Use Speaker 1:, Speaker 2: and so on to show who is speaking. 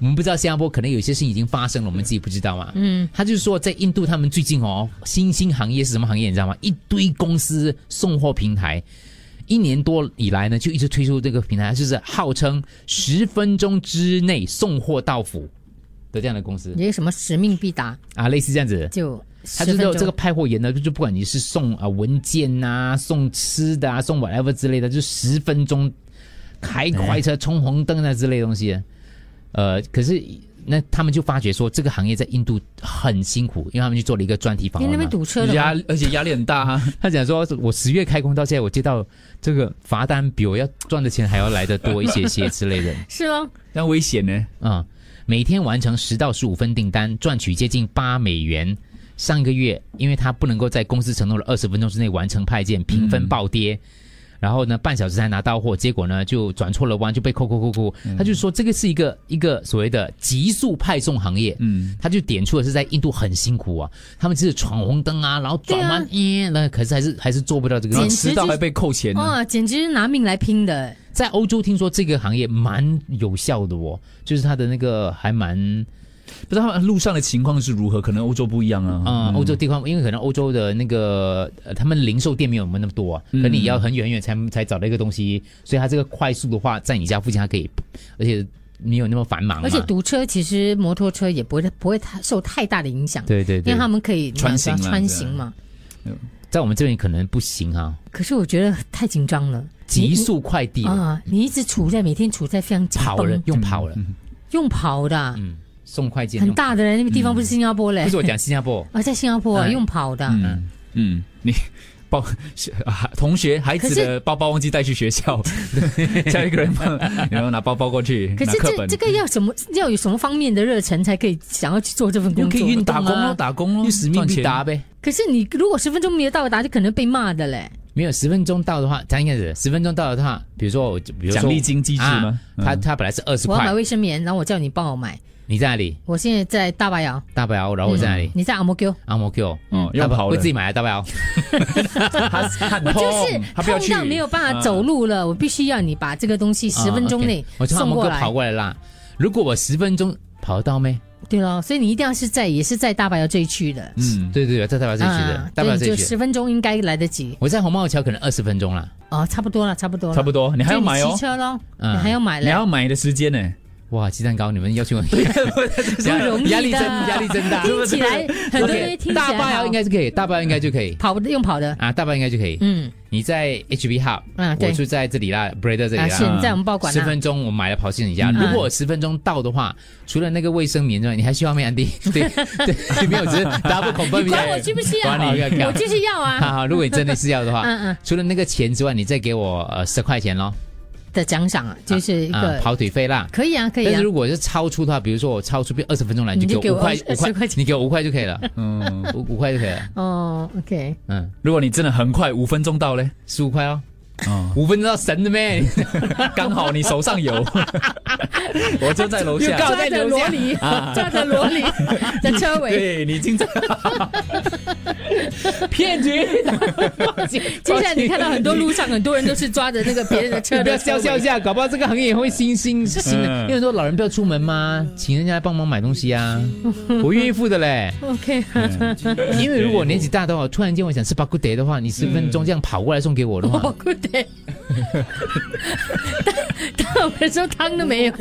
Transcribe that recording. Speaker 1: 我们不知道新加坡可能有些事情已经发生了，我们自己不知道嘛。嗯，他就是说在印度，他们最近哦，新兴行业是什么行业？你知道吗？一堆公司送货平台，一年多以来呢，就一直推出这个平台，就是号称十分钟之内送货到府的这样的公司
Speaker 2: 有什么使命必达，
Speaker 1: 啊，类似这样子。
Speaker 2: 就
Speaker 1: 他
Speaker 2: 十
Speaker 1: 就
Speaker 2: 分
Speaker 1: 是
Speaker 2: 钟。
Speaker 1: 这个派货员呢，就就不管你是送啊文件呐、送吃的啊、送 whatever 之类的，就十分钟开快车冲红灯啊之类的东西。呃，可是那他们就发觉说，这个行业在印度很辛苦，因为他们去做了一个专题访
Speaker 2: 因
Speaker 1: 问
Speaker 2: 为
Speaker 1: 嘛。
Speaker 2: 那边堵车的
Speaker 3: 压
Speaker 2: 嘛，
Speaker 3: 而且压力很大、啊。
Speaker 1: 他讲说，我十月开工到现在，我接到这个罚单比我要赚的钱还要来的多一些些之类的。
Speaker 2: 是吗？
Speaker 3: 但危险呢？
Speaker 1: 啊、每天完成十到十五份订单，赚取接近八美元。上个月，因为他不能够在公司承诺的二十分钟之内完成派件，评分暴跌。然后呢，半小时才拿到货，结果呢就转错了弯，就被扣扣扣扣。他就说这个是一个一个所谓的急速派送行业，
Speaker 3: 嗯，
Speaker 1: 他就点出了是在印度很辛苦啊，他们只是闯红灯啊，然后转弯，嗯，那、可是还是还是做不到这个
Speaker 3: 然后
Speaker 2: 简直
Speaker 3: 迟到
Speaker 2: 就是
Speaker 3: 还被扣钱呢、
Speaker 2: 哦，简直是拿命来拼的。
Speaker 1: 在欧洲听说这个行业蛮有效的哦，就是他的那个还蛮
Speaker 3: 不知道他们路上的情况是如何，可能欧洲不一样啊。
Speaker 2: 嗯
Speaker 1: 啊、欧洲地方，因为可能欧洲的那个、呃、他们零售店没有我们那么多、啊，可能你要很远远才才找到一个东西，所以它这个快速的话，在你家附近它可以，呃而且没有那么繁忙嘛，
Speaker 2: 而且堵车，其实摩托车也不会不会太受太大的影响，
Speaker 1: 对对
Speaker 2: 因
Speaker 1: 对啊
Speaker 2: 为，他们可以
Speaker 3: 穿行
Speaker 2: 你知道
Speaker 3: 嘛
Speaker 2: 穿行嘛。
Speaker 1: 在我们这边可能不行啊，
Speaker 2: 可是我觉得太紧张了，
Speaker 1: 极速快递
Speaker 2: 你啊，你一直处在每天处在非常紧
Speaker 1: 跑嗯
Speaker 2: 绷
Speaker 1: 了用跑了、
Speaker 2: 用跑的啊，
Speaker 1: 送快件
Speaker 2: 很
Speaker 1: 用，
Speaker 2: 大的人那个地方不是新加坡嘞。
Speaker 1: 不是，我讲新加坡
Speaker 2: 啊，在新加坡
Speaker 1: 嗯
Speaker 2: 啊
Speaker 1: 哎
Speaker 2: 用跑的啊，
Speaker 3: 嗯嗯，你 包是啊，同学孩
Speaker 2: 可
Speaker 3: 子
Speaker 2: 是
Speaker 3: 的包包忘记带去 学校，叫一个人 帮，然后拿包包过去，
Speaker 2: 可
Speaker 3: 拿
Speaker 2: 是
Speaker 3: 课
Speaker 2: 这
Speaker 3: 本，
Speaker 2: 这个要什么要有什么方面的热忱才可以想要去做这份工
Speaker 1: 又可以
Speaker 2: 作？
Speaker 1: 运动
Speaker 3: 打工
Speaker 1: 啊
Speaker 3: 咯，打工咯，
Speaker 1: 又使命
Speaker 3: 赚
Speaker 1: 必
Speaker 3: 钱
Speaker 1: 达呗。
Speaker 2: 可是你如果十分钟没有到达，就可能被骂的嘞。
Speaker 1: 没有十分钟到的话，他应该是十分钟到的话，比如说我，比如说
Speaker 3: 奖励金机制吗
Speaker 1: 啊他
Speaker 3: 嗯
Speaker 1: 他本来是二十
Speaker 2: 我要
Speaker 1: 块
Speaker 2: 买，卫生棉，然后我叫你帮我买。
Speaker 1: 你在哪里？
Speaker 2: 我现在在大巴窑，
Speaker 1: 大不了，然后哦我在哪里？啊
Speaker 2: 你在阿摩丘，
Speaker 1: 阿摩 Q，
Speaker 3: 嗯要跑了
Speaker 1: 会自己买啊，大不了。
Speaker 3: 他 他
Speaker 2: 我就是
Speaker 3: 他不要
Speaker 2: 痛
Speaker 3: 去
Speaker 2: 到没有办法走路了，我必须要你把这个东西十分钟内
Speaker 1: 啊，OK 我从阿
Speaker 2: 送
Speaker 1: 摩
Speaker 2: 过
Speaker 1: 哥
Speaker 2: 来
Speaker 1: 跑。过来啦。如果我十分钟跑得到没？
Speaker 2: 对咯，所以你一定要是在也是在大巴窑这一区的，
Speaker 3: 嗯，
Speaker 1: 对对对，在代表这一区的
Speaker 2: 啊，
Speaker 1: 代表
Speaker 2: 对，
Speaker 1: 这
Speaker 2: 就
Speaker 1: 一区的。
Speaker 2: 十分钟应该来得及
Speaker 1: 我在红帽桥可能二十分钟啦。
Speaker 2: 哦，差不多了，差不多了，
Speaker 3: 差不多，你
Speaker 2: 你
Speaker 3: 还要买哦
Speaker 2: 骑，车咯，
Speaker 1: 嗯
Speaker 2: 你还要买
Speaker 3: 你还
Speaker 2: 嘞
Speaker 3: 要，买的时间呢，
Speaker 1: 哇，鸡蛋糕，你们要 求很
Speaker 2: 不容易的
Speaker 1: 压力真压力真大。
Speaker 2: 听起 来很多人
Speaker 1: OK，
Speaker 2: 听起
Speaker 1: 大
Speaker 2: 来
Speaker 1: 巴窑
Speaker 2: 好
Speaker 1: 应该是可以，大巴窑应该就可以
Speaker 2: 跑的用跑的，
Speaker 1: 啊，大巴窑应该就可以。
Speaker 2: 嗯
Speaker 1: 你在 HB Hub，
Speaker 2: 啊对
Speaker 1: 我就在这里啦，Brader 这里
Speaker 2: 啊，是
Speaker 1: 啦。
Speaker 2: 你在我们报馆
Speaker 1: 十
Speaker 2: 啊，嗯
Speaker 1: 分钟我买了跑去你家，如果我十分钟到的话，除了那个卫生棉之外，你还需要没安迪？对对， 没有，只是 double confirm 一
Speaker 2: 你
Speaker 1: 下
Speaker 2: 管。我需不啊需要？
Speaker 1: 管你
Speaker 2: 我就是要
Speaker 1: 哈
Speaker 2: 啊，
Speaker 1: 哈，如果你真的是要的话，
Speaker 2: 嗯嗯
Speaker 1: 除了那个钱之外，你再给我呃十块钱咯，
Speaker 2: 的奖赏啊，就是一
Speaker 1: 啊
Speaker 2: 个，
Speaker 1: 跑腿费啦。
Speaker 2: 可以啊，可以
Speaker 1: 但
Speaker 2: 啊
Speaker 1: 是，如果是超出的话，比如说我超出二十分钟来，
Speaker 2: 你就
Speaker 1: 就给我五块
Speaker 2: 给我
Speaker 1: 五块
Speaker 2: 20块，钱
Speaker 1: 你给我五块就可以了，
Speaker 3: 嗯，
Speaker 1: 五五块就可以了，
Speaker 2: 哦，OK，
Speaker 1: 嗯，
Speaker 3: 如果你真的很快，五分钟到嘞，
Speaker 1: 十五块哦，
Speaker 3: 哦，
Speaker 1: 五分钟到神的 咩？
Speaker 3: 刚好你 手上有，我就在楼
Speaker 1: 又告
Speaker 3: 下。
Speaker 2: 抓着萝莉， 抓着萝莉
Speaker 1: 啊
Speaker 2: 在车尾，
Speaker 3: 对你已经在
Speaker 1: 骗 局！
Speaker 2: 接下来你看到很多路上很多人都是抓着那个别人的车
Speaker 1: 你
Speaker 2: 的，
Speaker 1: 不要笑笑一。
Speaker 2: 啊
Speaker 1: 下，搞不好这个行业也会新兴新的。
Speaker 3: 嗯
Speaker 1: 因为很多老人不要出门嘛，请人家来帮忙买东西 啊，我愿意付的嘞。
Speaker 2: OK，
Speaker 1: 嗯 因为如果年纪大的话，突然间我想吃巴古德的话，你十分钟这样跑过来送给我的话
Speaker 2: 我，不得。 但但我们说汤都没有。